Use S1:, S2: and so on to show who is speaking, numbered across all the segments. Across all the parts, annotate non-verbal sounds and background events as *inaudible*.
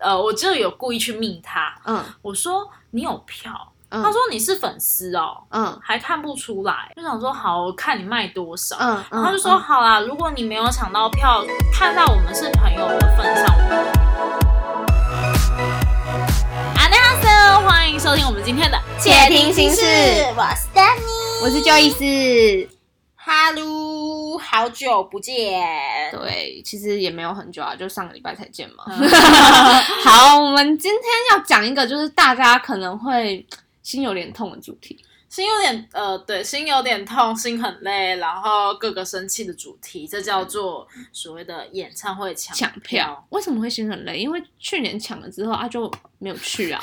S1: 呃，我就有故意去密他，
S2: 嗯
S1: 我说你有票，
S2: 嗯，
S1: 他说你是粉丝哦，
S2: 嗯
S1: 还看不出来，就想说好，我看你卖多少，
S2: 嗯，
S1: 然后就说好啦，如果你没有抢到票，看在我们是朋友的份上，我阿纳森，欢迎收听我们今天的
S2: 且听心事
S1: 我是 Danny，
S2: 我是 Joyce。
S1: 哈喽，好久不见，
S2: 对，其实也没有很久啊，就上个礼拜才见嘛。
S1: 嗯
S2: 好，我们今天要讲一个就是大家可能会心有点痛的主题。
S1: 心有点呃，对，心有点痛，心很累，然后各个生气的主题，这叫做所谓的演唱会抢
S2: 嗯抢
S1: 票
S2: 票。为什么会心很累？因为去年抢了之后啊，就没有去啊。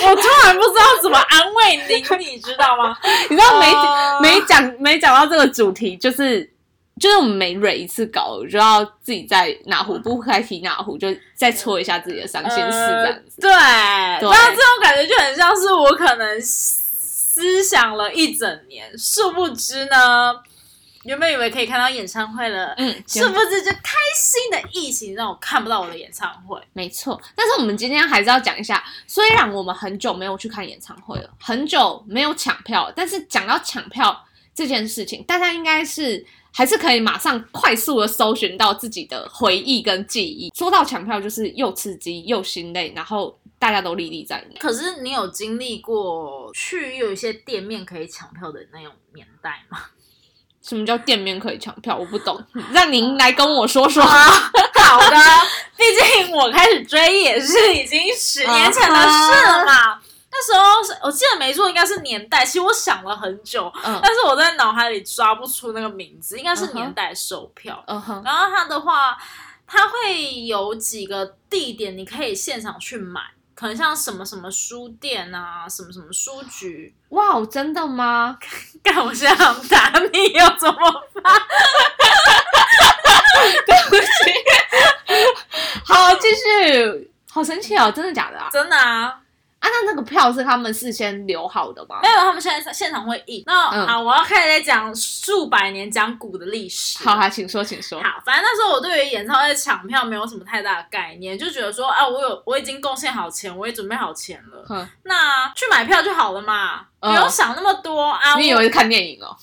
S1: 我突然不知道怎么安慰您，你知道
S2: *laughs*
S1: 吗？
S2: 你知道没、
S1: 哦
S2: 没讲没讲到这个主题，就是就是我们每蕊一次稿，我就要自己在哪壶不开提哪壶，就再戳一下自己的伤心事这样子。
S1: 呃对，
S2: 对
S1: 但这种感觉就很像是我可能思想了一整年，殊不知呢，原本以为可以看到演唱会了。
S2: 嗯，
S1: 殊不知，就开心的疫情让我看不到我的演唱会。
S2: 没错，但是我们今天还是要讲一下，虽然我们很久没有去看演唱会了，很久没有抢票了，但是讲到抢票这件事情，大家应该是还是可以马上快速的搜寻到自己的回忆跟记忆。说到抢票，就是又刺激又心累，然后大家都历历在目。
S1: 可是你有经历过去有一些店面可以抢票的那种年代吗？
S2: 什么叫店面可以抢票？我不懂， *laughs* 让您来跟我说说。
S1: *laughs* 好的，毕竟我开始追也是已经十年前的事了嘛。那时候是我记得没错，应该是年代。其实我想了很久，
S2: *laughs* 嗯
S1: 但是我在脑海里抓不出那个名字，应该是年代售票。
S2: 嗯哼，
S1: 然后它的话，它会有几个地点你可以现场去买，可能像什么什么书店啊，什么什么书局。
S2: 哇哦，真的吗？
S1: 干，我现在想打你， *laughs* 要怎么
S2: 好，继续。好神奇哦，真的假的啊？
S1: 真的啊？
S2: 啊，那那个票是他们事先留好的吗
S1: 没？有，他们现在现场会印。那、
S2: 嗯
S1: 好，我要开始在讲数百年讲古的历史。
S2: 好，好，请说，请说。
S1: 好，反正那时候我对于演唱会抢票没有什么太大的概念，就觉得说啊，我有我已经贡献好钱，我也准备好钱了，
S2: 哼，
S1: 那去买票就好了嘛，不
S2: 嗯
S1: 用想那么多啊。
S2: 你以
S1: 我
S2: 为是看电影哦？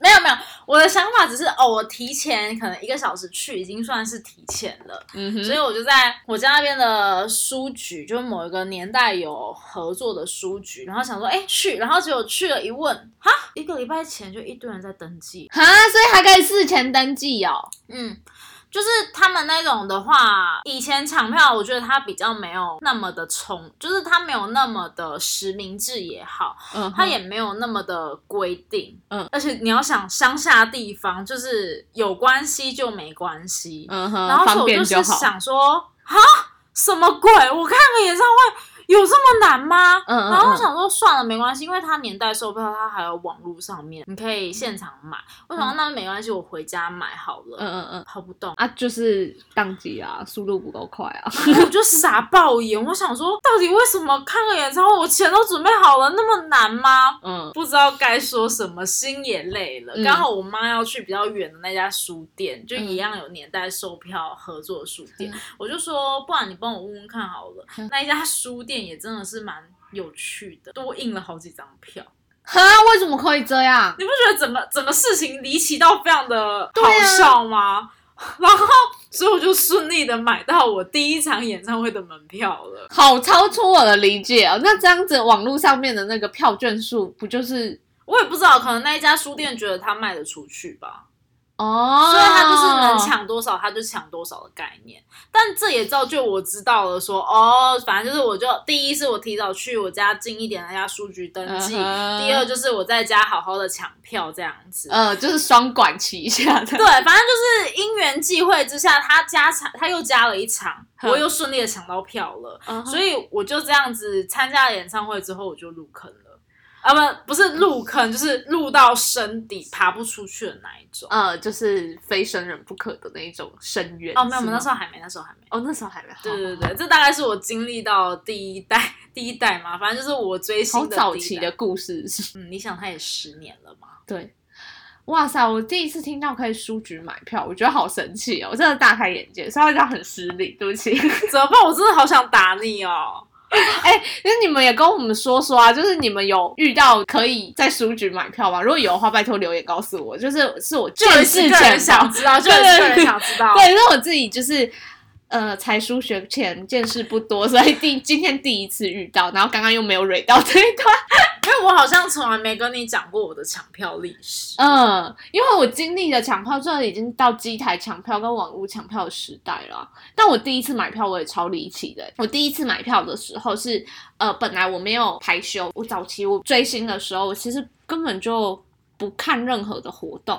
S1: 没有没有，我的想法只是哦，我提前可能一个小时去已经算是提前了，
S2: 嗯哼，
S1: 所以我就在我家那边的书局，就某一个年代有合作的书局，然后想说哎、去，然后结果去了一问，哈，一个礼拜前就一堆人在登记，
S2: 哈，所以还可以事前登记哦。
S1: 嗯，就是他们那种的话，以前抢票，我觉得它比较没有那么的冲，就是它没有那么的实名制也好，
S2: 嗯哼，
S1: 它也没有那么的规定。
S2: 嗯，
S1: 而且你要想乡下地方，就是有关系就没关系。
S2: 嗯哼，
S1: 然后所
S2: 方
S1: 以我
S2: 便
S1: 就是
S2: 好。
S1: 想说，哈，什么鬼？我看个演唱会有这么难吗？
S2: 嗯嗯
S1: 然后我
S2: 嗯
S1: 想说算了，没关系，因为它年代售票，它还有网络上面你可以现场买。我想说那没关系，我回家买好了。
S2: 嗯嗯嗯，，
S1: 跑不动
S2: 啊，就是宕机啊，速度不够快啊。
S1: *laughs* 我就傻爆眼。我想说，到底为什么看个演唱会，我钱都准备好了，那么难吗？
S2: 嗯
S1: 不知道该说什么，心也累了。
S2: 嗯
S1: 刚、好我妈要去比较远的那家书店，就一样有年代售票合作的书店，
S2: 嗯
S1: 我就说，不然你帮我问问看好了。
S2: 嗯
S1: 那一家书店也真的是蛮有趣的，多印了好几张票。
S2: *laughs* 哈，为什么可以这样？
S1: 你不觉得整个整个事情离奇到非常的
S2: 对啊
S1: 好笑吗？ *laughs* 然后，所以我就顺利的买到我第一场演唱会的门票了。
S2: 好超出我的理解哦。那这样子，网络上面的那个票券数不就是
S1: 我也不知道，可能那一家书店觉得他卖得出去吧，
S2: 哦？
S1: 所以他就是能。抢多少他就抢多少的概念。但这也造就我知道了说，哦，反正就是我就第一是我提早去我家近一点的那家书局登记
S2: 嗯哼
S1: 第二就是我在家好好的抢票这样子。
S2: 呃，就是双管齐下的。
S1: 对，反正就是因缘际会之下，他加场，他又加了一场，
S2: 嗯
S1: 我又顺利的抢到票了，
S2: 嗯哼
S1: 所以我就这样子参加了演唱会之后，我就入坑了。啊不，不是入坑，就是入到深底，爬不出去的那一种。
S2: 呃，就是非生人不可的那一种深渊。
S1: 哦，没有，我们那
S2: 是
S1: 时
S2: 吗
S1: 候还没，那时候还没。
S2: 哦，那时候还没。好
S1: 对对对，这大概是我经历到第一代，第一代嘛，反正就是我追星
S2: 好
S1: 的
S2: 早
S1: 第一
S2: 期
S1: 代
S2: 的。故事，
S1: 嗯，你想他也十年了嘛？
S2: 对。哇塞，我第一次听到可以书局买票，我觉得好神奇哦，我真的大开眼界。虽然这样很失礼，对不起。
S1: 怎么办？我真的好想打你哦！
S2: 那你们也跟我们说说啊，就是你们有遇到可以在书局买票吗？如果有的话，拜托留言告诉我，就是是我
S1: 就
S2: 见
S1: 有
S2: 识
S1: 一个
S2: 浅
S1: 人
S2: 薄
S1: 想。知道，就
S2: 对
S1: 有一个
S2: 对
S1: 人
S2: 对
S1: 想知道。
S2: 对，因为我自己就是呃才疏学浅，见识不多，所以第今天第一次遇到，然后刚刚又没有蕊到这一段。
S1: 因为我好像从来没跟你讲过我的抢票历史。
S2: 嗯，因为我经历的抢票，这已经到机台抢票跟网屋抢票的时代了啊。但我第一次买票，我也超离奇的欸。我第一次买票的时候是，呃，本来我没有排休，我早期我追星的时候，我其实根本就不看任何的活动，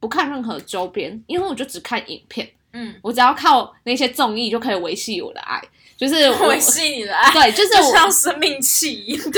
S2: 不看任何周边，因为我就只看影片，
S1: 嗯，
S2: 我只要靠那些综艺就可以维系我的爱，就是我
S1: 维系你的爱，
S2: 对， *laughs* 就是
S1: 就
S2: 我
S1: 像生命气一样。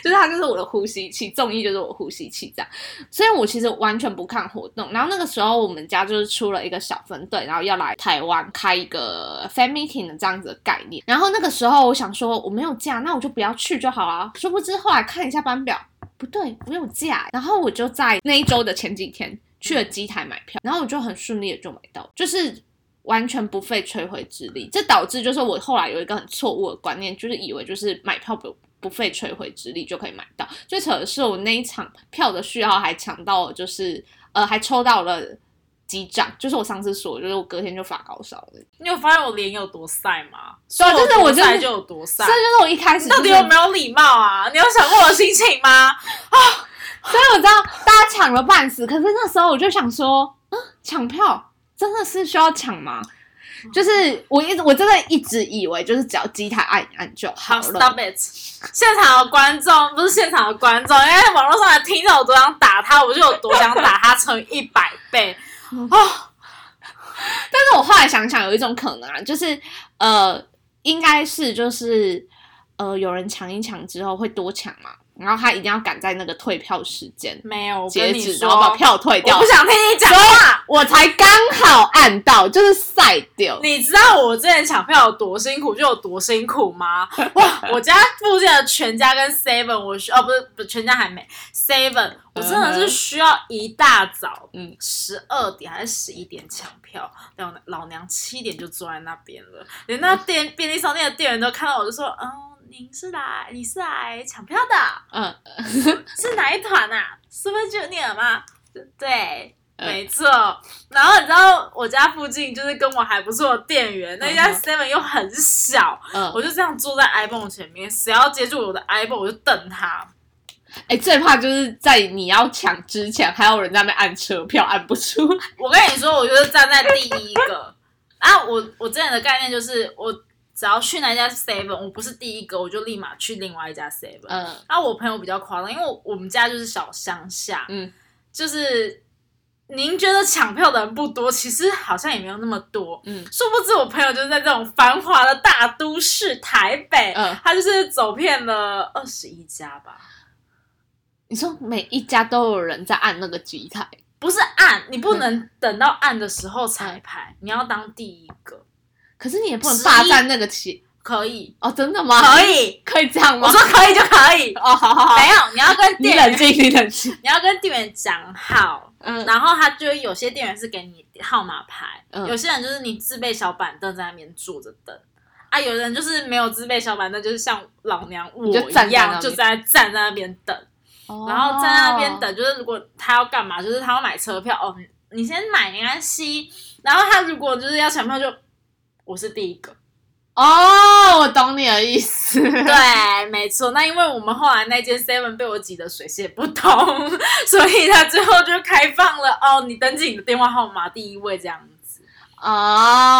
S2: 就是它就是我的呼吸器，综艺就是我呼吸器这样。所以我其实完全不看活动。然后那个时候我们家就是出了一个小分队，然后要来台湾开一个 fan meeting 的这样子的概念。然后那个时候我想说我没有假，那我就不要去就好了。殊不知后来看一下班表，不对，我有假。然后我就在那一周的前几天去了机台买票，然后我就很顺利的就买到，就是。完全不费吹灰之力，这导致就是我后来有一个很错误的观念，就是以为就是买票不不费吹灰之力就可以买到。最扯的是，我那一场票的序号还抢到了，就是呃，还抽到了几张，就是我上次说，就是我隔天就发高烧了。
S1: *laughs* 你有发现我脸有多晒吗？
S2: 对啊
S1: 说
S2: 就是我
S1: 多晒
S2: 真的
S1: 就有多晒
S2: 这。就是我一开始、
S1: 到底有没有礼貌啊？你有想过我的心情吗？
S2: 所以我知道大家抢了半死，可是那时候我就想说，嗯，抢票真的是需要抢吗？就是我一直我真的一直以为就是只要机台按一按就好
S1: 好
S2: 了。
S1: ，Stop it！现场的观众不是现场的观众，因为网络上的听众有多想打他，我就有多想打他乘以一百倍。
S2: 嗯
S1: 哦
S2: 但是我后来想想，有一种可能啊，就是呃，应该是就是呃，有人抢一抢之后会多抢嘛，然后他一定要赶在那个退票时间
S1: 没有，我
S2: 截
S1: 跟
S2: 止
S1: 你，
S2: 然后把
S1: 说，
S2: 票退掉
S1: 我不。想听你讲话。
S2: 我才刚好按到，就是晒掉。
S1: 你知道我之前抢票有多辛苦就有多辛苦吗？哇，我家附近的全家跟 Seven，我需哦不是不全家还没 Seven，我真的是需要一大早，
S2: 嗯
S1: 嗯，十二点还是十一点抢票，老老娘七点就坐在那边了，连那店便利商店的店员都看到我就说，嗯，您是来你是来抢票的，
S2: 嗯，
S1: 是哪一团啊？Super Junior 吗？对，
S2: 嗯
S1: 没错，然后你知道我家附近就是跟我还不错的店员，那家
S2: 嗯哼
S1: Seven 又很小，
S2: 嗯，
S1: 我就这样坐在 iPhone 前面，谁要接住我的 iPhone 我就瞪他。
S2: 哎、最怕就是在你要抢之前，还有人在那边按车票，按不出来。
S1: 我跟你说，我就是站在第一
S2: *laughs*
S1: 个啊！我我之前的概念就是，我只要去那家 Seven，我不是第一个，我就立马去另外一家 Seven。
S2: 嗯
S1: 啊，我朋友比较夸张，因为我我们家就是小乡下，
S2: 嗯，
S1: 就是您觉得抢票的人不多，其实好像也没有那么多。
S2: 嗯
S1: 殊不知我朋友就是在这种繁华的大都市台北，
S2: 嗯
S1: 他就是走遍了二十一家吧。
S2: 你说每一家都有人在按那个机台，
S1: 不是按，你不能等到按的时候才排，你要当第一个，
S2: 可是你也不能霸占那个起
S1: 可以，
S2: 哦，真的吗？
S1: 可以，
S2: *laughs* 可以这样吗
S1: 我？说可以就可以，
S2: 哦，好 *laughs* 好好
S1: 没，有，你要跟
S2: 你
S1: 店
S2: 冷
S1: 员，
S2: 静，你冷静。
S1: 你要跟店员讲好，
S2: 嗯
S1: 然后他就有些店员是给你号码牌，
S2: 嗯
S1: 有些人就是你自备小板凳在那边坐着等。啊，有人就是没有自备小板凳，就是像老娘我
S2: 你就站
S1: 一
S2: 在那
S1: 样，
S2: 边哦
S1: 就在站在那边等，然后在那边。等。就是如果他要干嘛，就是他要买车票，哦，你先买没关系。然后他如果就是要抢票就，我是第一
S2: *laughs*
S1: 个。
S2: 哦，我懂你的意思。
S1: 对，没错。那因为我们后来那间 Seven 被我挤得水泄不通， *laughs* 所以他最后就开放了哦，你登记你的电话号码第一位这样子，
S2: *laughs* 哦，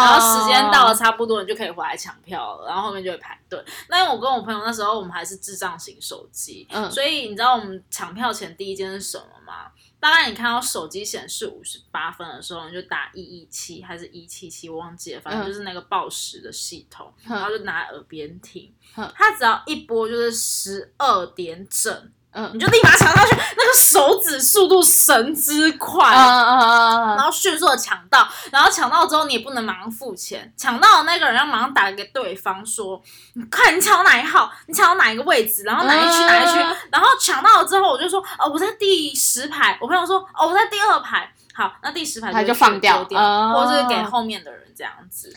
S1: 然后时间到了，差不多，你就可以回来抢票了，然后后面就会排队。那因为我跟我朋友那时候我们还是智障型手机，
S2: 嗯
S1: 所以你知道我们抢票前第一件是什么吗？大概你看到手机显示五十八分的时候，你就打一一七还是一七七，忘记了，反正
S2: 嗯
S1: 就是那个报时的系统，
S2: 嗯
S1: 然后就拿在耳边听
S2: 嗯。
S1: 它只要一播就是十二点整，
S2: 嗯
S1: 你就立马抢上去，那个手指速度神之快。
S2: 啊啊啊
S1: 然
S2: 啊！
S1: 后迅速的抢到，然后抢到之后你也不能马上付钱，抢到的那个人要马上打给对方说，你快你抢到哪一号，你抢到哪一个位置，然后哪一区、
S2: 嗯
S1: 哪一区，然后抢到了之后我就说，哦我在第十排，我朋友说，哦我在第二排，好，那第十排
S2: 他
S1: 就
S2: 就放掉
S1: 丢掉，
S2: 哦
S1: 或者是给后面的人这样子，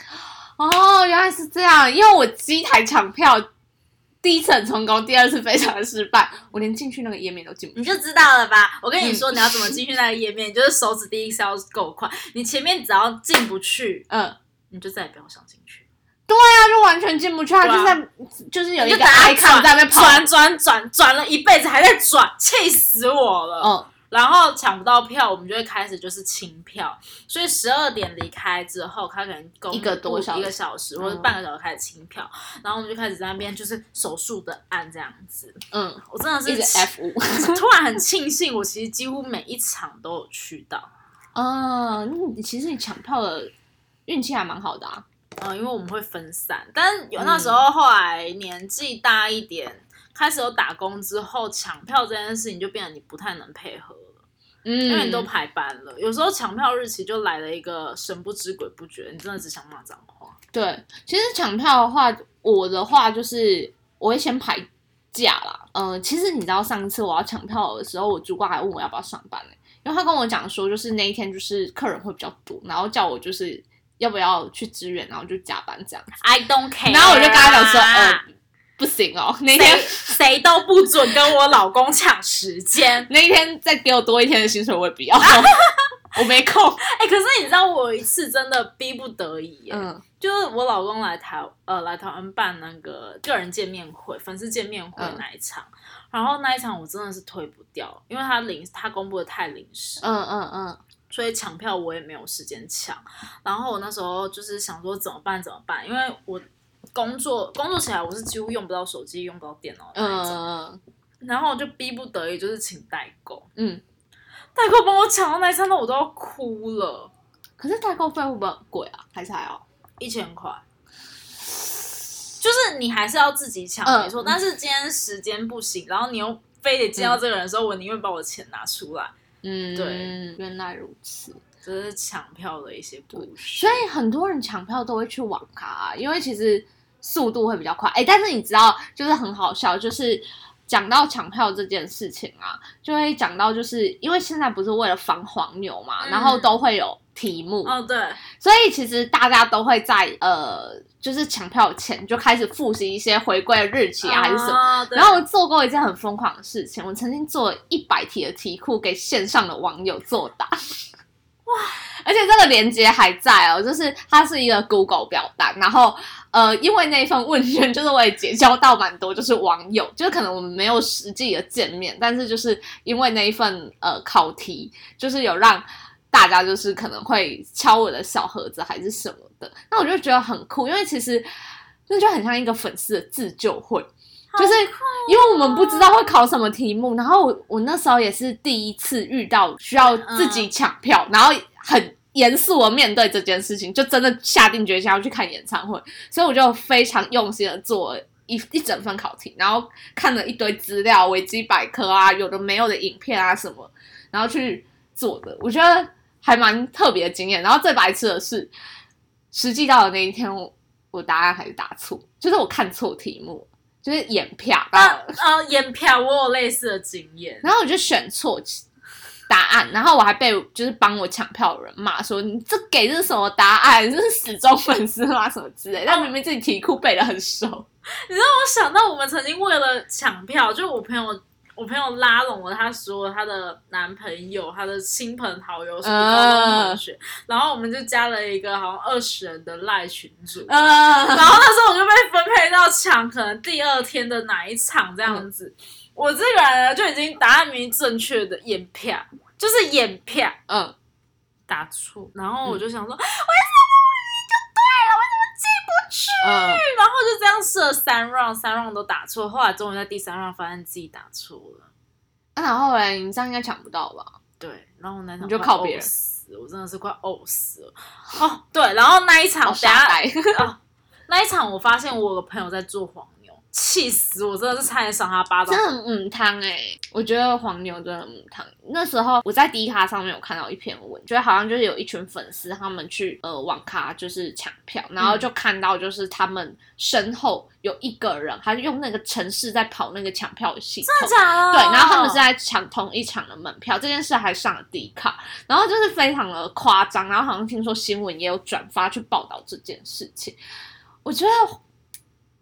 S2: 哦，原来是这样，因为我机台抢票第一次很成功，第二次非常的失败，我连进去那个页面都进不
S1: 你
S2: 去。
S1: 就知道了吧？我
S2: 嗯
S1: 跟你说，你要怎么进去那个页面，你就是手指第一次要够快，你前面只要进不去，
S2: 嗯，对
S1: 你就再也不要想进去，
S2: 啊，就完全进不去，他
S1: 对
S2: 就
S1: 啊
S2: 在、就是有
S1: 你
S2: 一
S1: 就
S2: 个
S1: 等它
S2: icon 在那边跑。
S1: 转转转转了一辈子还在转，气死我了。
S2: 哦，
S1: 然后抢不到票，我们就会开始就是清票，所以十二点离开之后，他可能公布
S2: 一个多小时嗯
S1: 一个小时或者半个小时开始清票，然后我们就开始在那边就是手速的按这样子。
S2: 嗯，
S1: 我真的
S2: 一
S1: 是
S2: 直 F 五。
S1: *laughs* 突然很庆幸，我其实几乎每一场都有去到，
S2: 啊，你其实你抢票的运气还蛮好的啊。
S1: 嗯，因为我们会分散，但是有那时候后来年纪大一点，开始有打工之后，抢票这件事情就变得你不太能配合了。
S2: 嗯，
S1: 因为你都排班了，有时候抢票日期就来了一个神不知鬼不觉，你真的只想骂脏话。
S2: 对，其实抢票的话，我的话就是我会先排假啦。嗯、其实你知道上一次我要抢票的时候，我主管还问我要不要上班呢、因为他跟我讲说，就是那一天就是客人会比较多，然后叫我就是要不要去支援，然后就加班这样。
S1: I don't care。
S2: 然后我就跟他讲说，呃，不行哦，那
S1: 哎谁
S2: 天。
S1: 谁都不准跟我老公抢时间
S2: 那一天再给我多一天的薪水，我也不要，我没空。
S1: *laughs* 哎、可是你知道我有一次真的逼不得已耶，
S2: 嗯
S1: 就是我老公来台呃来台湾办那个个人见面会、粉丝见面会
S2: 嗯
S1: 那一场，然后那一场我真的是推不掉，因为他临他公布的太临时，
S2: 嗯嗯嗯，
S1: 所以抢票我也没有时间抢。然后我那时候就是想说怎么办怎么办，因为我工作工作起来我是几乎用不到手机，用不到电脑的那一种。
S2: 嗯
S1: 然后我就逼不得已就是请代购，
S2: 嗯，
S1: 代购帮我抢到那一餐的我都要哭了，
S2: 可是代购费会不会很贵啊？还是还好？
S1: 一千块。就是你还是要自己抢，
S2: 嗯
S1: 没错。但是今天时间不行，然后你又非得见到这个人的时候，我宁愿把我的钱拿出来。
S2: 嗯，
S1: 对，
S2: 原来如此。
S1: 这、是抢票的一些故事
S2: 所。以很多人抢票都会去网咖、啊因为其实速度会比较快。哎、但是你知道，就是很好笑，就是讲到抢票这件事情啊，就会讲到就是因为现在不是为了防黄牛嘛，
S1: 嗯
S2: 然后都会有题目，
S1: 哦，对，
S2: 所以其实大家都会在呃，就是抢票前就开始复习一些回归的日期啊，还是什么。
S1: 么
S2: 然后我做过一件很疯狂的事情，我曾经做一百题的题库给线上的网友作答。哇！ *laughs* 而且这个链接还在哦，就是它是一个 Google 表单，然后呃，因为那一份问卷，就是我也结交到蛮多，就是网友，就是可能我们没有实际的见面，但是就是因为那一份呃考题，就是有让大家就是可能会敲我的小盒子还是什么的，那我就觉得很酷，因为其实那就很像一个粉丝的自救会，就是因为我们不知道会考什么题目，然后我我那时候也是第一次遇到需要自己抢票，然后很严肃的面对这件事情，就真的下定决心要去看演唱会，所以我就非常用心的做。一一整份考题，然后看了一堆资料、维基百科啊，有的没有的影片啊什么，然后去做的，我觉得还蛮特别的经验。然后最白痴的是，实际到的那一天，我我答案还是答错，就是我看错题目，就是眼票，然后
S1: 那呃，验票我有类似的经验，
S2: 然后我就选错答案，然后我还被就是帮我抢票的人骂说你这给这是什么答案？你这是死忠粉丝吗？什么之类的？但明明自己题库背的很熟，
S1: 我想到我们曾经为了抢票，就我朋友，我朋友拉拢了，她说她的男朋友、她的亲朋好友、什么高中同
S2: 嗯
S1: 学，然后我们就加了一个好像二十人的赖群组。*laughs*
S2: 呃
S1: 然后那时候我就被分配到抢，可能第二天的哪一场这样子。我这个人啊呢，就已经答案明明正确的验票，就是验票
S2: 嗯，
S1: 答错，然后我就想说，
S2: 嗯
S1: 然后就这样试了三 round，三 round 都打错，后来终于在第三 round 发现自己打错了。
S2: 啊然后嘞，你这样应该抢不到吧？
S1: 对，然后我那场
S2: 你就
S1: 快
S2: 靠别人
S1: 呕哦死，我真的是快呕死了。哦哦，对，然后那一场，
S2: 好
S1: 等一
S2: 傻
S1: 下
S2: 呆，
S1: 那一场我发现我有个朋友在做黄牛，气死我，真的是差点赏他巴掌
S2: 真。的很母汤哎、我觉得黄牛真的很母汤。那时候我在迪卡上面有看到一篇文，就好像就是有一群粉丝他们去呃网咖就是抢票，然后就看到就是他们身后有一个人，他就用那个城市在跑那个抢票系统
S1: 真。的假的？
S2: 对，然后他们是在抢同一场的门票，这件事还上了 D 卡，然后就是非常的夸张，然后好像听说新闻也有转发去报道这件事情。我觉得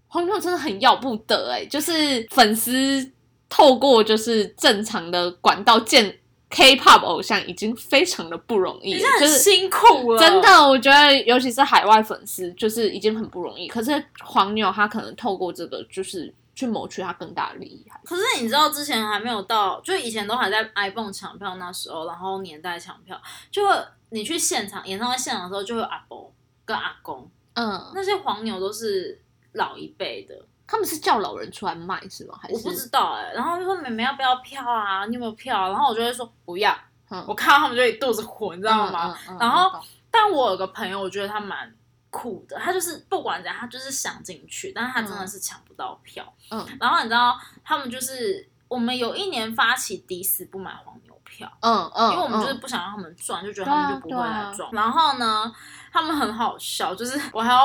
S2: 黄牛真的很要不得哎、就是粉丝透过就是正常的管道见 K-pop 偶像已经非常的不容易
S1: 你
S2: 了
S1: 这，
S2: 就
S1: 很
S2: 是
S1: 辛苦了，
S2: 真。的，我觉得尤其是海外粉丝，就是已经很不容易。可是黄牛他可能透过这个，就是去谋取他更大的利益。
S1: 可是你知道之前还没有到，就以前都还在 iPhone 抢票那时候，然后年代抢票，就你去现场演唱会现场的时候，就会有阿伯跟阿公，
S2: 嗯，
S1: 那些黄牛都是老一辈的，
S2: 他们是叫老人出来卖是吗？还是
S1: 我不知道哎、然后就说妹妹要不要票啊？你有没有票啊、然后我就会说不要，
S2: 嗯
S1: 我看到他们就一肚子火，你知道吗？？
S2: 嗯嗯嗯
S1: 然后
S2: 嗯
S1: 但我有个朋友，我觉得他蛮酷的，他就是不管怎样，他就是想进去，但是他真的是抢不到票。
S2: 嗯，
S1: 然后你知道他们就是我们有一年发起抵死不买黄牛票，
S2: 嗯嗯，
S1: 因为我们就是
S2: 嗯
S1: 不想让他们赚，就觉得他们就不会来
S2: 对啊
S1: 赚。然后呢，他们很好笑，就是我还有。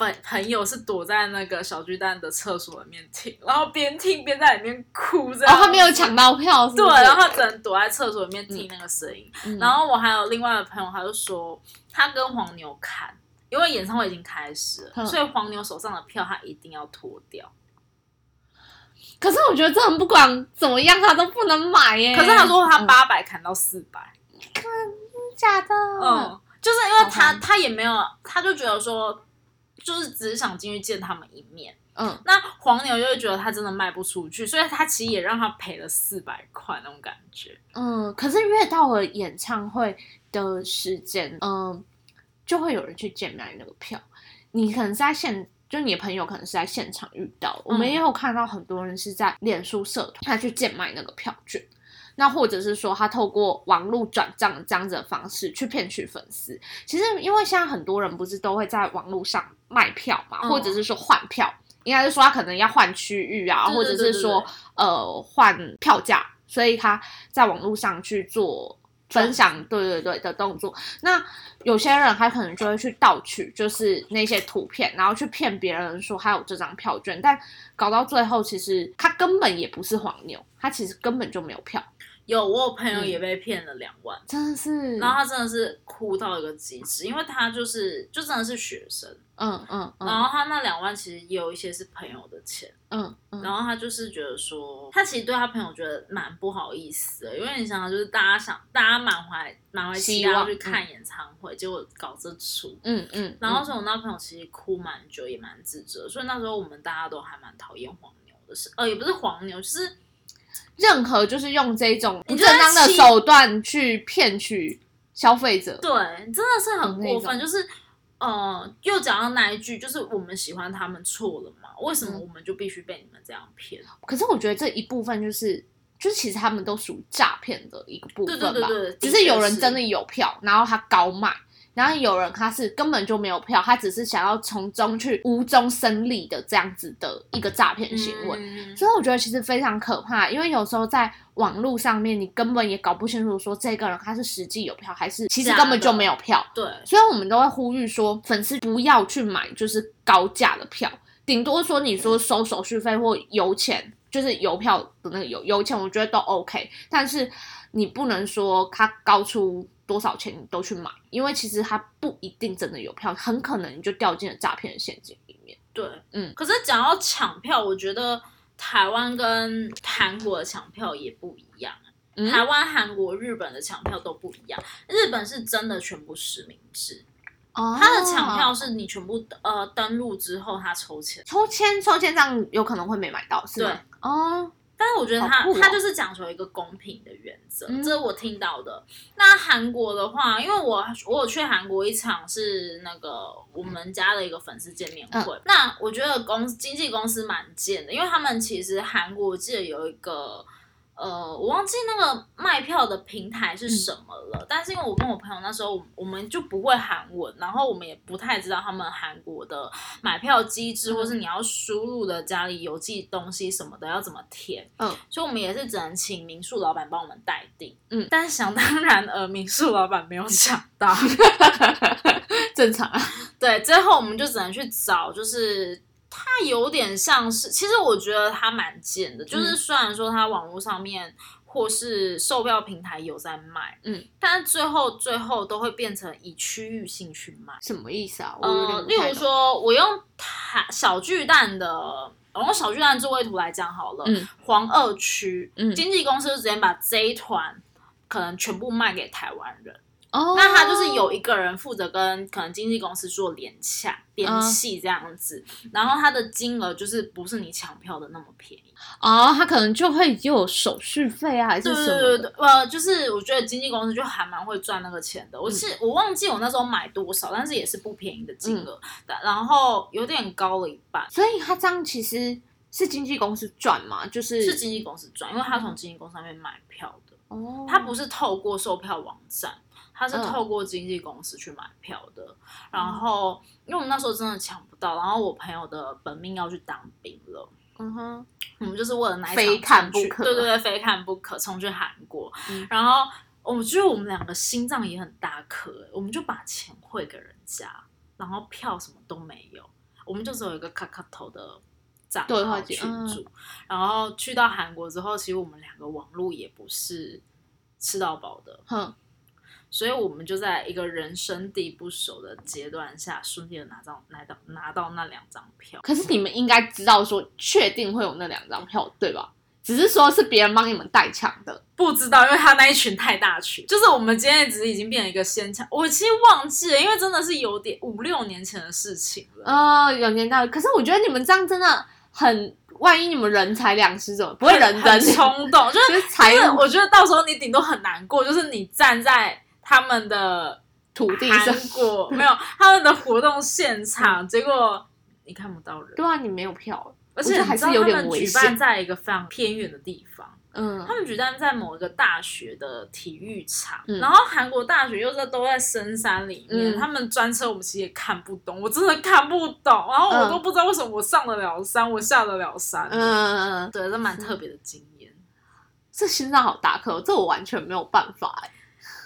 S1: 朋朋友是躲在那个小巨蛋的厕所里面听，然后边听边在里面哭，这
S2: 哦，
S1: 样。
S2: 他没有抢。到票是不
S1: 对，
S2: 是，
S1: 然后他只能躲在厕所里面听那个声音。
S2: 嗯
S1: 然后我还有另外的朋友，他就说他跟黄牛看，因为演唱会已经开始了，
S2: 嗯
S1: 所以黄牛手上的票他一定要脱掉。
S2: 可是我觉得这种不管怎么样，他都不能买耶。
S1: 可是他说他
S2: 嗯
S1: 八百砍到四百，
S2: 假的，
S1: 嗯，就是因为他
S2: 好吧
S1: 他也没有，他就觉得说。就是只是想进去见他们一面，
S2: 嗯，
S1: 那黄牛就会觉得他真的卖不出去，所以他其实也让他赔了四百块那种感觉。
S2: 嗯，可是越到了演唱会的时间，嗯，就会有人去贱卖那个票。你可能是在现，就你的朋友可能是在现场遇到，我
S1: 嗯
S2: 们也有看到很多人是在脸书社团他去贱卖那个票券。那或者是说，他透过网络转账这样子的方式去骗取粉丝。其实，因为现在很多人不是都会在网络上卖票嘛，
S1: 嗯
S2: 或者是说换票，应该是说他可能要换区域啊，
S1: 对
S2: 或者是说呃换票价，所以他在网络上去做分享，对对对的动作。那有些人他可能就会去盗取，就是那些图片，然后去骗别人说他有这张票券，但搞到最后，其实他根本也不是黄牛，他其实根本就没有票，
S1: 有我有朋友
S2: 嗯
S1: 也被骗了两万，
S2: 真的是，
S1: 然后他真的是哭到一个极致，因为他就是就真的是学生，
S2: 嗯嗯
S1: 然
S2: 嗯
S1: 后他那两万其实也有一些是朋友的钱，
S2: 嗯嗯，
S1: 然后他就是觉得说，他其实对他朋友觉得蛮不好意思的，因为你想想，就是大家想，大家满怀满怀期
S2: 希
S1: 待
S2: 望
S1: 要去看演唱会，结果搞这出。
S2: 嗯嗯，
S1: 然后所以我那朋友其实哭蛮久，也蛮自责，所以那时候我们大家都还蛮讨厌黄牛的事，呃，也不是黄牛，就是
S2: 任何就是用这种不
S1: 你
S2: 正
S1: 就在
S2: 当的
S1: 欺
S2: 手段去骗取消费者，
S1: 对，真的是很过分，
S2: 嗯那种
S1: 就是呃，又讲到那一句，就是我们喜欢他们错了嘛，为什么
S2: 嗯
S1: 我们就必须被你们这样骗？
S2: 可是我觉得这一部分就是，就其实他们都属于诈骗的一个部分
S1: 对
S2: 吧。
S1: 对对对
S2: 只
S1: 的确
S2: 是有人
S1: 是
S2: 真的有票，然后他高卖，然后有人他是根本就没有票，他只是想要从中去无中生利的这样子的一个诈骗行为。
S1: 嗯
S2: 所以我觉得其实非常可怕，因为有时候在网络上面，你根本也搞不清楚说这个人他是实际有票还是其实
S1: 假
S2: 根本就
S1: 的
S2: 没有票。
S1: 对，
S2: 所以我们都会呼吁说，粉丝不要去买就是高价的票，顶多说你说收手续费或油钱，就是邮票的那个邮邮钱，我觉得都 OK。但是你不能说它高出多少钱你都去买，因为其实它不一定真的有票，很可能你就掉进了诈骗的陷阱里面。
S1: 对，
S2: 嗯
S1: 可是讲到抢票，我觉得台湾跟韩国的抢票也不一样。
S2: 嗯
S1: 台湾、韩国、日本的抢票都不一样。日本是真的全部实名制，
S2: 哦
S1: 它的抢票是你全部呃登录之后它抽签。
S2: 抽签，抽签这样有可能会没买到，是吗？哦， *laughs*
S1: 但是我觉得
S2: 好
S1: 它
S2: 酷哦
S1: 它就是讲求一个公平的原则，
S2: 嗯
S1: 这是我听到的。那韩国的话，因为我我有去韩国一场是那个我们家的一个粉丝见面会，
S2: 嗯
S1: 那我觉得公司经纪公司蛮贱的，因为他们其实韩国我记得有一个。呃，我忘记那个卖票的平台是什么
S2: 嗯
S1: 了，但是因为我跟我朋友那时候，我们就不会韩文，然后我们也不太知道他们韩国的买票机制，
S2: 嗯
S1: 或是你要输入的家里邮寄东西什么的要怎么填，
S2: 嗯，
S1: 所以我们也是只能请民宿老板帮我们代订，
S2: 嗯
S1: 但是想当然，呃，民宿老板没有抢
S2: *laughs*
S1: 到，
S2: 正常啊。
S1: 对，最后我们就只能去找，就是它有点像是，其实我觉得它蛮贱的，就是
S2: 嗯
S1: 虽然说它网络上面或是售票平台有在卖，
S2: 嗯，
S1: 但是最后最后都会变成以区域性去卖。
S2: 什么意思啊？我有
S1: 呃，
S2: 点
S1: 例
S2: 不太
S1: 如
S2: 懂，
S1: 说，我用台小巨蛋的，我用小巨蛋座位图来讲好了，
S2: 嗯
S1: 黄二区，
S2: 嗯
S1: 经纪公司就直接把这一团可能全部卖给台湾人。
S2: 哦，
S1: 那他就是有一个人负责跟可能经纪公司做联洽、联
S2: 啊
S1: 系这样子，然后他的金额就是不是你抢票的那么便宜。
S2: 哦，他可能就会有手续费啊，还是
S1: 对
S2: 什
S1: 对
S2: 么
S1: 对
S2: 的
S1: 对，呃，就是我觉得经纪公司就还蛮会赚那个钱
S2: 嗯
S1: 的。我是、我忘记我那时候买多少，但是也是不便宜的金额，
S2: 嗯
S1: 但然后有点高了一半。
S2: 所以他这样其实是经纪公司赚嘛，就是
S1: 是经纪公司赚，因为他从经纪公司上面买票的，
S2: 哦，
S1: 他不是透过售票网站，他是
S2: 嗯哦
S1: 透过经纪公司去买票的。然后，因为我们那时候真的抢不到，然后我朋友的本命要去当兵了，
S2: 嗯哼，
S1: 我们就是为了那一场
S2: 非看
S1: 冲去
S2: 不可
S1: 对对对，非看不可，冲去韩国。
S2: 嗯
S1: 然后，我觉得我们两个心脏也很大颗，我们就把钱汇给人家，然后票什么都没有，我们就只有一个卡卡头的。账
S2: 对话嗯
S1: 号
S2: 记
S1: 群主，然后去到韩国之后，其实我们两个网络也不是吃到饱的，
S2: 哼，
S1: 所以我们就在一个人生地不熟的阶段下，顺利的拿到拿到拿到那两张票。
S2: 可是你们应该知道说确定会有那两张票对吧？只是说是别人帮你们代抢的，
S1: 不知道，因为他那一群太大群，就是我们今天只是已经变成一个先抢，我其实忘记了，因为真的是有点五六年前的事情了。
S2: 哦，有年代。可是我觉得你们这样真的很，万一你们人财两失怎么不会哎人
S1: 很
S2: 真？
S1: 冲动，就是
S2: 就是财
S1: 就是
S2: 务
S1: 我觉得到时候你顶多很难过，就是你站在他们的
S2: 土地上嗯
S1: 韩，国没有他们的活动现场，结果你看不到人，
S2: 对啊，你没有票，
S1: 而
S2: 我觉
S1: 且
S2: 得还
S1: 你知
S2: 是
S1: 道
S2: 有
S1: 他
S2: 点
S1: 们
S2: 危
S1: 举
S2: 险
S1: 办在一个非常偏远的地方。
S2: 嗯
S1: 他，们举办在某一个大学的体育场，
S2: 嗯
S1: 然后韩国大学又在都在深山里面，
S2: 嗯
S1: 他们专车我们其实也看不懂，我真的看不懂，然后我
S2: 嗯
S1: 都不知道为什么我上得了山，我下得了山，
S2: 嗯嗯，嗯
S1: 对，这蛮特别的经验。
S2: 这心脏好大颗，这我完全没有办法、欸。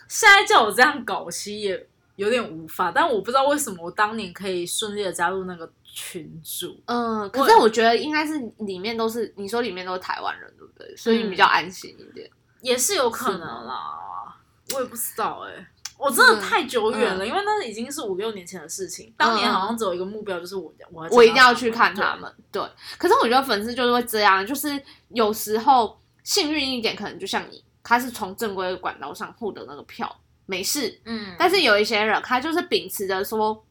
S1: 现在叫我这样搞，其实也有点无法，但我不知道为什么我当年可以顺利的加入那个群组。
S2: 嗯，可是我觉得应该是里面都是你说里面都是台湾人，对不对？所
S1: 嗯
S2: 以你比较安心一点。
S1: 也是有可能啦，我也不知道哎、我真的太久远
S2: 嗯
S1: 了，因为那已经是五六年前的事情。当年好像只有一个目标，就是我我
S2: 我一定要去看他。们。对，可是我觉得粉丝就是会这样，就是有时候幸运一点，可能就像你，他是从正规的管道上获得那个票，没事。
S1: 嗯，
S2: 但是有一些人，他就是秉持着说，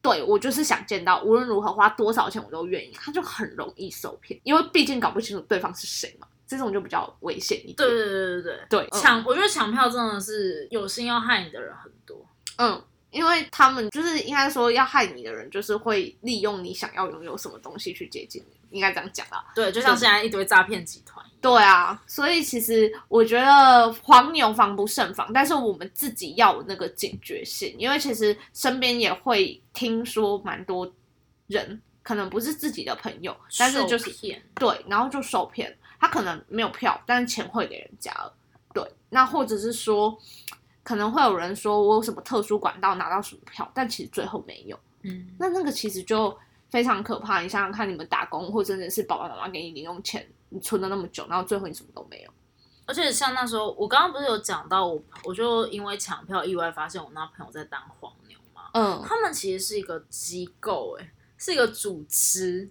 S2: 对我就是想见到，无论如何花多少钱我都愿意，他就很容易受骗，因为毕竟搞不清楚对方是谁嘛，这种就比较危险一点。
S1: 对对对对对
S2: 对，
S1: 对，抢、我觉得抢票真的是有心要害你的人很多。
S2: 嗯，因为他们就是应该说要害你的人，就是会利用你想要拥有什么东西去接近你，应该这样讲啦。
S1: 对，就像
S2: 是
S1: 现在一堆诈骗集团一样。
S2: 对啊，所以其实我觉得黄牛防不胜防，但是我们自己要有那个警觉性，因为其实身边也会听说蛮多人，可能不是自己的朋友，但是就是
S1: 受骗
S2: 对，然后就受骗，他可能没有票，但是钱汇给人家了。对，那或者是说，可能会有人说我有什么特殊管道拿到什么票，但其实最后没有。
S1: 嗯，
S2: 那那个其实就非常可怕。你想想看，你们打工或真的是爸爸妈妈给你零用钱，你存了那么久，然后最后你什么都没有。
S1: 而且像那时候，我刚刚不是有讲到我，我就因为抢票意外发现我那朋友在当黄牛嘛。
S2: 嗯
S1: 他们其实是一个机构、欸，是一个组织，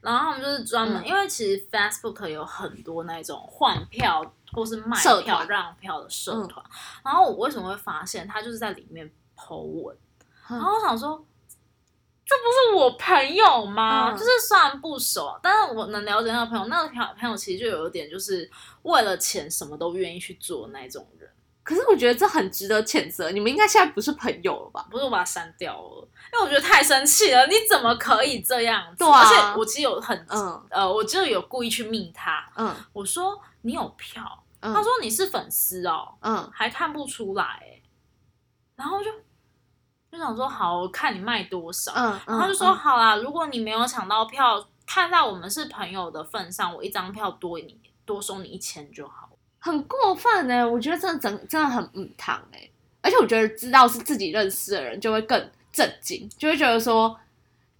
S1: 然后他们就是专门，
S2: 嗯
S1: 因为其实 Facebook 有很多那种换票或是卖
S2: 社
S1: 票
S2: 团嗯
S1: 让票的社团，然后我为什么会发现他就是在里面 po 文，
S2: 嗯
S1: 然后我想说。这不是我朋友吗？
S2: 嗯
S1: 就是虽然不熟，啊但是我能了解那个朋友。那个朋友朋友其实就有一点就是为了钱什么都愿意去做那种人。
S2: *laughs* 可是我觉得这很值得谴责。你们应该现在不是朋友了吧？
S1: 不是我把它删掉了，因为我觉得太生气了，你怎么可以这样子？
S2: 对啊
S1: 而且我其实有很，
S2: 嗯
S1: 呃，我就有故意去密他，
S2: 嗯
S1: 我说你有票？
S2: 嗯
S1: 他说你是粉丝哦，
S2: 嗯，
S1: 还看不出来、欸。然后就就想说，好，我看你卖多少。
S2: 嗯，
S1: 然
S2: 嗯
S1: 后就说，好啦，如果你没有抢到票，看在我们是朋友的份上，我一张票多你多收你一千就好。
S2: 很过分哎、我觉得真的真真的很嗯糖哎、而且我觉得知道是自己认识的人就会更震惊，就会觉得说，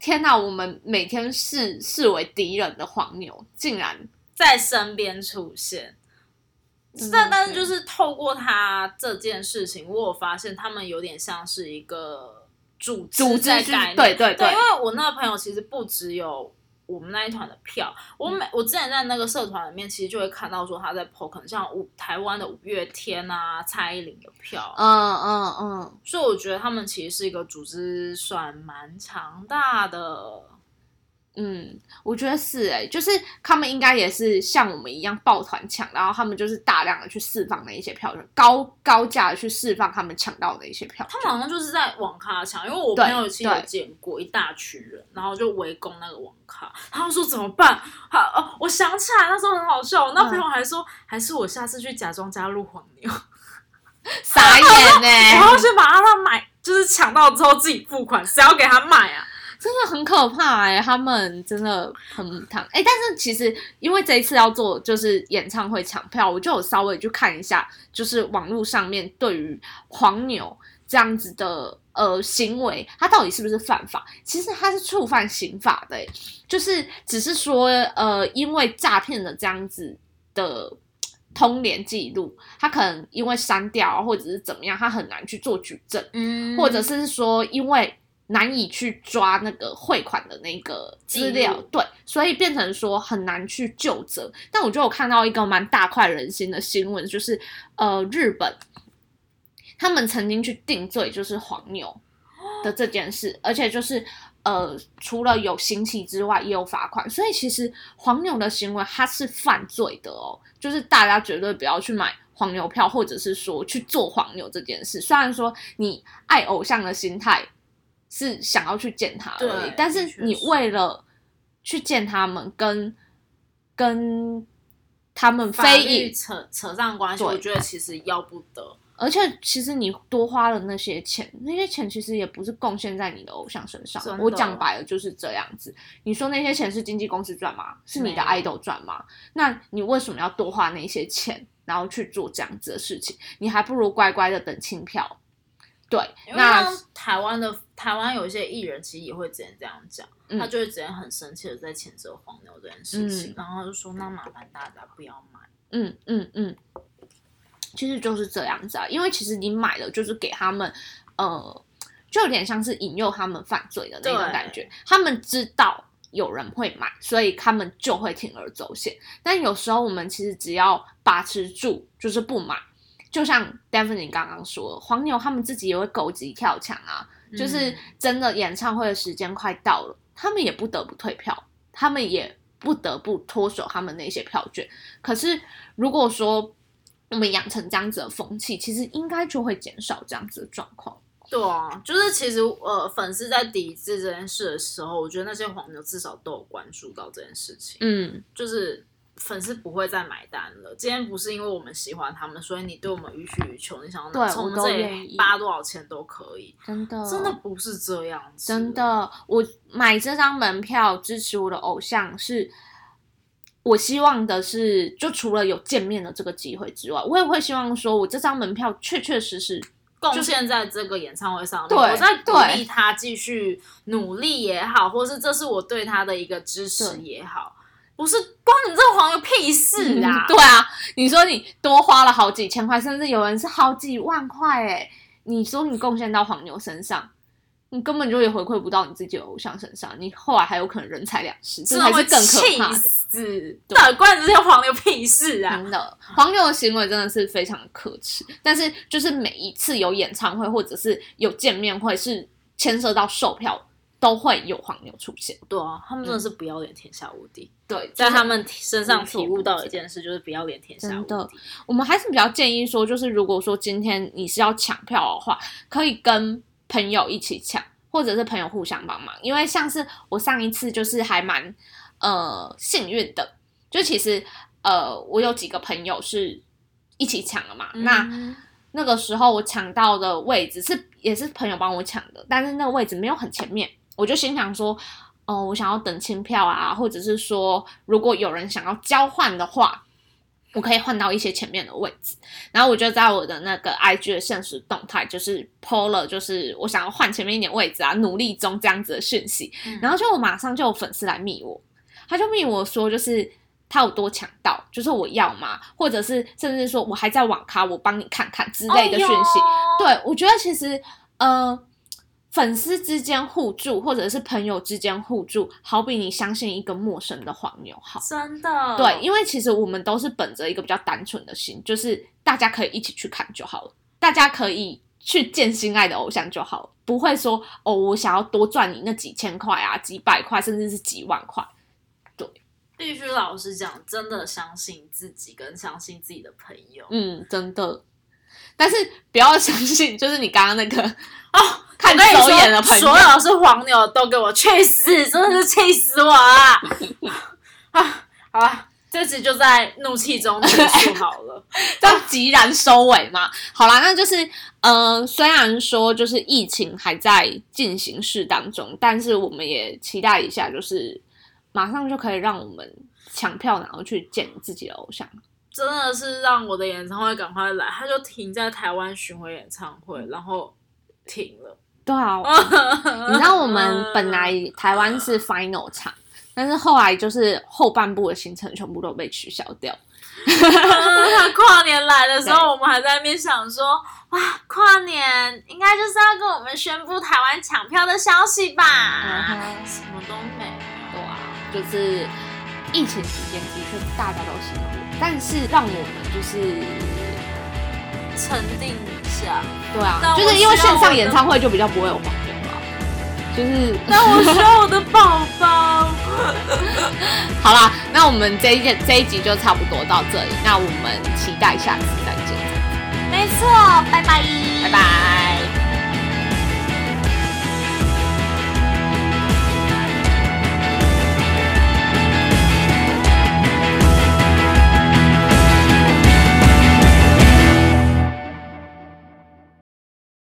S2: 天哪，我们每天视视为敌人的黄牛，竟然
S1: 在身边出现。
S2: 嗯
S1: 但但是
S2: 对
S1: 就是透过他这件事情，我有发现他们有点像是一个组
S2: 组
S1: 织
S2: 织
S1: 在
S2: 去
S1: 概念。
S2: 对对对
S1: 因，为我那个朋友其实不只有我们那一团的票，我
S2: 嗯
S1: 每我之前在那个社团里面，其实就会看到说他在 PO，可能像五台湾的五月天啊、蔡依林的票，
S2: 嗯嗯嗯，
S1: 所以我觉得他们其实是一个组织算蛮强大的。
S2: 嗯，我觉得是哎、就是他们应该也是像我们一样抱团抢，然后他们就是大量的去释放那一些票源，高高价的去释放他们抢到的一些票
S1: 他
S2: 源。
S1: 们好像就是在网咖抢，因为我
S2: 对
S1: 朋友其实有见过一大群人，然后就围攻那个网咖，他们说怎么办？好、哦，我想起来那时候很好笑，我那
S2: 嗯
S1: 朋友还说，还是我下次去假装加入黄牛，
S2: 傻眼呢、 *laughs*
S1: 然后先把他买，就是抢到之后自己付款，谁要给他买啊？
S2: 真的很可怕哎、他们真的很无糖哎、但是其实因为这一次要做就是演唱会抢票，我就有稍微去看一下，就是网络上面对于黄牛这样子的呃行为，它到底是不是犯法？其实它是触犯刑法的、欸，就是只是说呃，因为诈骗的这样子的。通联记录，他可能因为删掉啊或者是怎么样，他很难去做举证。
S1: 嗯
S2: 或者是说因为难以去抓那个汇款的那个资料
S1: 记录，
S2: 对，所以变成说很难去就责。但我就有看到一个蛮大快人心的新闻，就是呃日本他们曾经去定罪就是黄牛的这件事，而且就是。呃，除了有刑期之外，也有罚款，所以其实黄牛的行为它是犯罪的哦，就是大家绝对不要去买黄牛票，或者是说去做黄牛这件事。虽然说你爱偶像的心态是想要去见他而已
S1: 对，
S2: 但是
S1: 的确
S2: 你
S1: 是
S2: 为了去见他们跟，跟他们
S1: 法
S2: 非
S1: 律
S2: 议，
S1: 扯扯上关系，
S2: 对
S1: 我觉得其实要不得。
S2: 而且其实你多花了那些钱，那些钱其实也不是贡献在你的偶像身上
S1: 真。的
S2: 我讲白了就是这样子。你说那些钱是经纪公司赚吗？是你的
S1: 没
S2: idol 赚吗？那你为什么要多花那些钱，然后去做这样子的事情？你还不如乖乖的等清票。对，
S1: 因为
S2: 那
S1: 像台湾的台湾有一些艺人，其实也会直接这样讲，
S2: 嗯
S1: 他就会直接很生气的在谴责黄牛这件事情，
S2: 嗯
S1: 然后就说那麻烦大家不要买。
S2: 嗯嗯嗯，其实就是这样子啊，因为其实你买了就是给他们，呃，就有点像是引诱他们犯罪的那种
S1: 对
S2: 感觉。他们知道有人会买，所以他们就会铤而走险。但有时候我们其实只要把持住，就是不买。就像 d a v i n 你刚刚说，黄牛他们自己也会狗急跳墙啊，就是
S1: 嗯
S2: 真的演唱会的时间快到了，他们也不得不退票，他们也不得不脱手他们那些票券。可是如果说我们养成这样子的风气，其实应该就会减少这样子的状况。
S1: 对啊，就是其实呃，粉丝在抵制这件事的时候，我觉得那些黄牛至少都有关注到这件事情，
S2: 嗯，
S1: 就是粉丝不会再买单了。今天不是因为我们喜欢他们，所以你对我们予取予求，你想要拿
S2: 对
S1: 从
S2: 我都
S1: 这
S2: 愿
S1: 里
S2: 意
S1: 扒多少钱都可以，
S2: 真的，
S1: 真的不是这样子，
S2: 真。的，我买这张门票支持我的偶像是，我希望的是，就除了有见面的这个机会之外，我也会希望说，我这张门票确确实实
S1: 贡献在这个演唱会上面，
S2: 对
S1: 我在鼓
S2: 对
S1: 励他继续努力也好，或是这是我对他的一个支持
S2: 对
S1: 也好，不是关你这个黄牛屁事啊！
S2: 嗯对啊，你说你多花了好几千块，甚至有人是好几万块哎，你说你贡献到黄牛身上，你根本就也回馈不到你自己的偶像身上，你后来还有可能人财两失，这
S1: 真
S2: 才
S1: 的
S2: 是
S1: 会
S2: 更可
S1: 啊气
S2: 怕的。
S1: 死！
S2: 对嗯
S1: 到底关你这些黄牛屁事啊！
S2: 真的，黄牛的行为真的是非常的可耻。但是，就是每一次有演唱会或者是有见面会，是牵涉到售票，都会有黄牛出现。
S1: 对啊，他们真的是不要脸，天下无敌。
S2: 对，
S1: 在
S2: 就是
S1: 他们身上体悟到一件事，就是不要脸，天下无
S2: 真的
S1: 敌。
S2: 我们还是比较建议说，就是如果说今天你是要抢票的话，可以跟朋友一起抢，或者是朋友互相帮忙。因为像是我上一次就是还蛮呃幸运的，就其实呃，我有几个朋友是一起抢了嘛，
S1: 嗯
S2: 那那个时候我抢到的位置是也是朋友帮我抢的，但是那个位置没有很前面，我就心想说，哦、我想要等清票啊，或者是说如果有人想要交换的话，我可以换到一些前面的位置。然后我就在我的那个 IG 的现实动态就是 PO 了，就是我想要换前面一点位置啊，努力中这样子的讯息。
S1: 嗯
S2: 然后就马上就有粉丝来密我，他就密我说就是。他有多抢到，就是我要嘛，或者是甚至说我还在网咖，我帮你看看之类的讯息。
S1: 哎呦
S2: 对，我觉得其实，呃，粉丝之间互助，或者是朋友之间互助，好比你相信一个陌生的黄牛好。
S1: 真的
S2: 对，因为其实我们都是本着一个比较单纯的心，就是大家可以一起去看就好了，大家可以去见心爱的偶像就好了，不会说哦，我想要多赚你那几千块啊、几百块，甚至是几万块。
S1: 必须老实讲，真的相信自己跟相信自己的朋友。
S2: 嗯，真的。但是不要相信，就是你刚刚那个
S1: 哦，
S2: 看
S1: 我跟你
S2: 走
S1: 说
S2: 眼的朋友
S1: 所，有是黄牛都给我去死，真的是气死我
S2: *laughs*
S1: 啊！啊，好了，这集就在怒气中结束好了。
S2: *laughs* 这样急然收尾嘛？好啦，那就是，呃，虽然说就是疫情还在进行式当中，但是我们也期待一下，就是马上就可以让我们抢票，然后去见自己的偶像。
S1: 真的是让我的演唱会赶快来，他就停在台湾巡回演唱
S2: 嗯
S1: 会，然后停了。
S2: 对啊，你知道
S1: *laughs*
S2: 我们本来台湾是 final 场，但是后来就是后半部的行程全部都被取消掉。
S1: 他跨年来的时
S2: 对
S1: 候，我们还在那边想说，哇，跨年应该就是要跟我们宣布台湾抢票的消息吧？
S2: 嗯
S1: 什么都没有。
S2: 对啊，就是疫情期间的确大家都辛苦，但是让我们就是。
S1: 沉淀一下，
S2: 对啊
S1: 但，我
S2: 就是因为
S1: 希望
S2: 线上
S1: 我
S2: 演
S1: 的
S2: 唱会就比较不会有黄牛嘛，就是
S1: 但我需要我的宝 *laughs* 宝。
S2: 好啦，那我们这一件这一集就差不多到这里，那我们期待下次再见，
S1: 没错，拜拜，
S2: 拜拜。